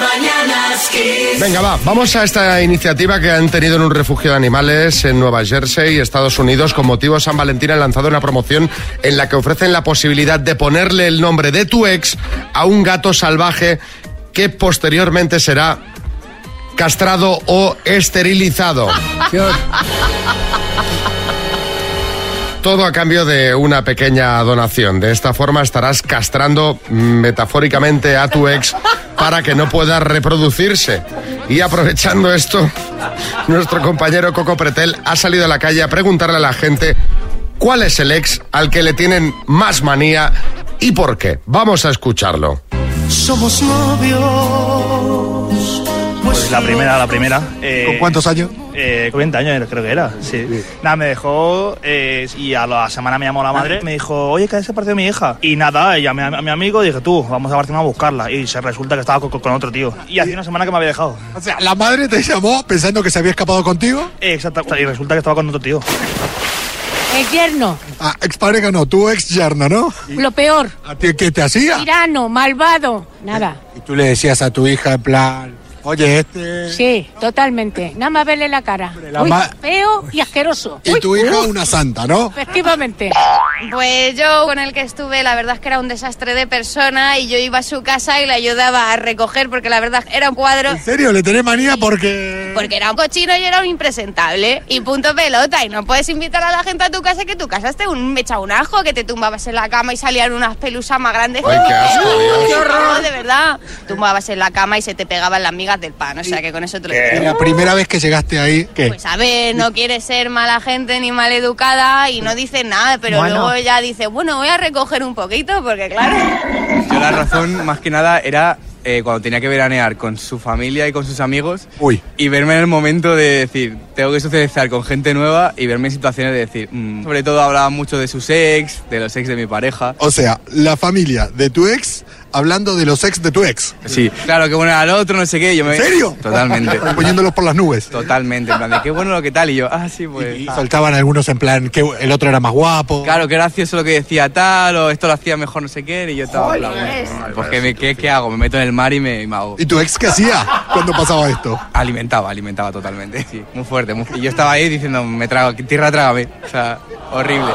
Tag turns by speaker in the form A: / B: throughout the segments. A: mañanas Kiss.
B: Venga, va, vamos a esta iniciativa que han tenido en un refugio de animales en Nueva Jersey, Estados Unidos. Con motivo San Valentín han lanzado una promoción en la que ofrecen la posibilidad de ponerle el nombre de tu ex a un gato salvaje que posteriormente será castrado o esterilizado. Todo a cambio de una pequeña donación. De esta forma estarás castrando mm, metafóricamente a tu ex para que no pueda reproducirse. Y aprovechando esto, nuestro compañero Coco Pretel ha salido a la calle a preguntarle a la gente cuál es el ex al que le tienen más manía y por qué. Vamos a escucharlo.
C: Somos novios.
D: Pues la primera, la primera. eh,
C: ¿Con cuántos años?
D: Eh, 40 años creo que era, sí. Nada, me dejó eh, y a la semana me llamó la madre. Me dijo, oye, que se partido mi hija. Y nada, llamé a, a mi amigo y dije, tú, vamos a Barcelona a buscarla. Y se resulta que estaba co- co- con, otro tío. Y hace una semana que me había dejado.
C: O sea, la madre te llamó pensando que se había escapado contigo.
D: Eh, exacta- Y resulta que estaba con otro tío.
E: Ex yerno,
C: Ah, expareja no, tu ex yerno, ¿no?
E: lo peor,
C: ¿A ti qué te hacía?
E: tirano, malvado, nada.
C: Y tú le decías a tu hija en plan, oye, este...
E: Sí, totalmente. Nada más verle la cara.
C: la
E: Uy,
C: ma-
E: feo y asqueroso.
C: Y
E: Uy,
C: tu hija una santa, ¿no?
E: Efectivamente.
F: Pues yo con el que estuve, la verdad es que era un desastre de persona y yo iba a su casa y le ayudaba a recoger porque la verdad era un cuadro,
C: ¿En serio? ¿Le tenés manía porque...?
F: porque era un cochino y era un impresentable y punto pelota y no puedes invitar a la gente a tu casa que tu casa esté un mecha un ajo que te tumbabas en la cama y salían unas pelusas más grandes.
B: Ay, qué asco, Dios.
F: No, de verdad, tumbabas en la cama y se te pegaban las migas del pan, o sea que con eso te lo
C: Y
F: digo.
C: La primera vez que llegaste ahí, ¿qué?
F: Pues a ver, no quiere ser mala gente ni maleducada y no dice nada, pero
G: Bueno.
F: luego ya dice, bueno, voy a recoger un poquito porque claro...
H: Yo la razón, más que nada, era eh, cuando tenía que veranear con su familia y con sus amigos
C: Uy.
H: y verme en el momento de decir, tengo que socializar con gente nueva y verme en situaciones de decir, mm. sobre todo hablaba mucho de sus ex, de los ex de mi pareja.
C: O sea, la familia de tu ex hablando de los ex de tu ex.
H: Sí, claro, que bueno era el otro, no sé qué. Yo me...
C: ¿En serio?
H: Totalmente.
C: Poniéndolos por las nubes.
H: Totalmente, en plan de qué bueno lo que tal. Y yo, ah, sí, pues.
C: Y saltaban algunos en plan que el otro era más guapo.
H: Claro, que gracioso lo que decía tal, o esto lo hacía mejor no sé qué, y yo estaba hablando. Pues que me, ¿qué, qué hago? Me meto en el mar y me, y me ahogo.
C: ¿Y tu ex qué hacía cuando pasaba esto?
H: Alimentaba, alimentaba totalmente, sí, muy fuerte. muy- Y yo estaba ahí diciendo, me trago, tierra trágame. O sea, horrible.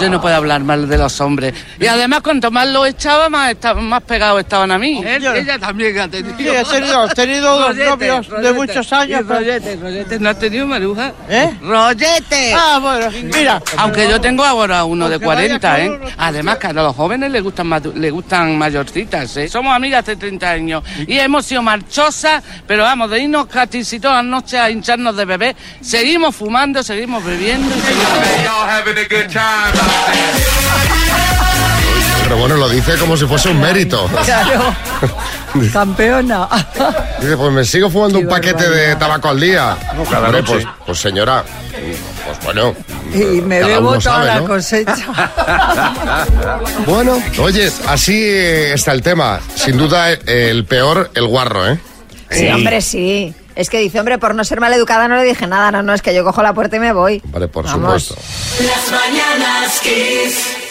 G: Yo no puedo hablar mal de los hombres. Y además, cuanto más lo echaba, más, esta- más pegados estaban a mí. Ella, también ha tenido.
I: Sí, he tenido, he tenido dos novios de muchos años. pero-
G: Rollete, rollete. ¿No has tenido, Maruja?
I: ¿Eh?
G: ¡Rollete!
I: Ah, bueno, mira.
G: Aunque yo tengo ahora uno de
I: Porque vaya
G: 40, ¿eh?
I: calor, no sé
G: Además, que a los jóvenes les gustan, madu- les gustan mayorcitas, ¿eh? Somos amigas hace 30 años y hemos sido marchosas, pero vamos, de irnos casi todas las noches a hincharnos de bebé, seguimos fumando, seguimos bebiendo y seguimos...
B: Pero bueno, lo dice como si fuese un mérito.
J: Claro. Campeona.
B: Dice, pues me sigo fumando un paquete de tabaco al día.
K: cada
B: Hombre,
K: noche.
B: pues, pues señora, pues bueno.
J: Y me
B: cada
J: bebo
B: uno
J: toda
B: sabe,
J: la
B: ¿no?
J: cosecha.
B: Bueno, oye, así eh, está el tema. Sin duda, eh, el peor, el guarro, ¿eh?
J: Sí, hombre, sí. Es que dice, hombre, por no ser maleducada no le dije nada. No, no, es que yo cojo la puerta y me voy.
B: Vale, por
J: Vamos.
B: supuesto.
A: Las mañanas Kiss.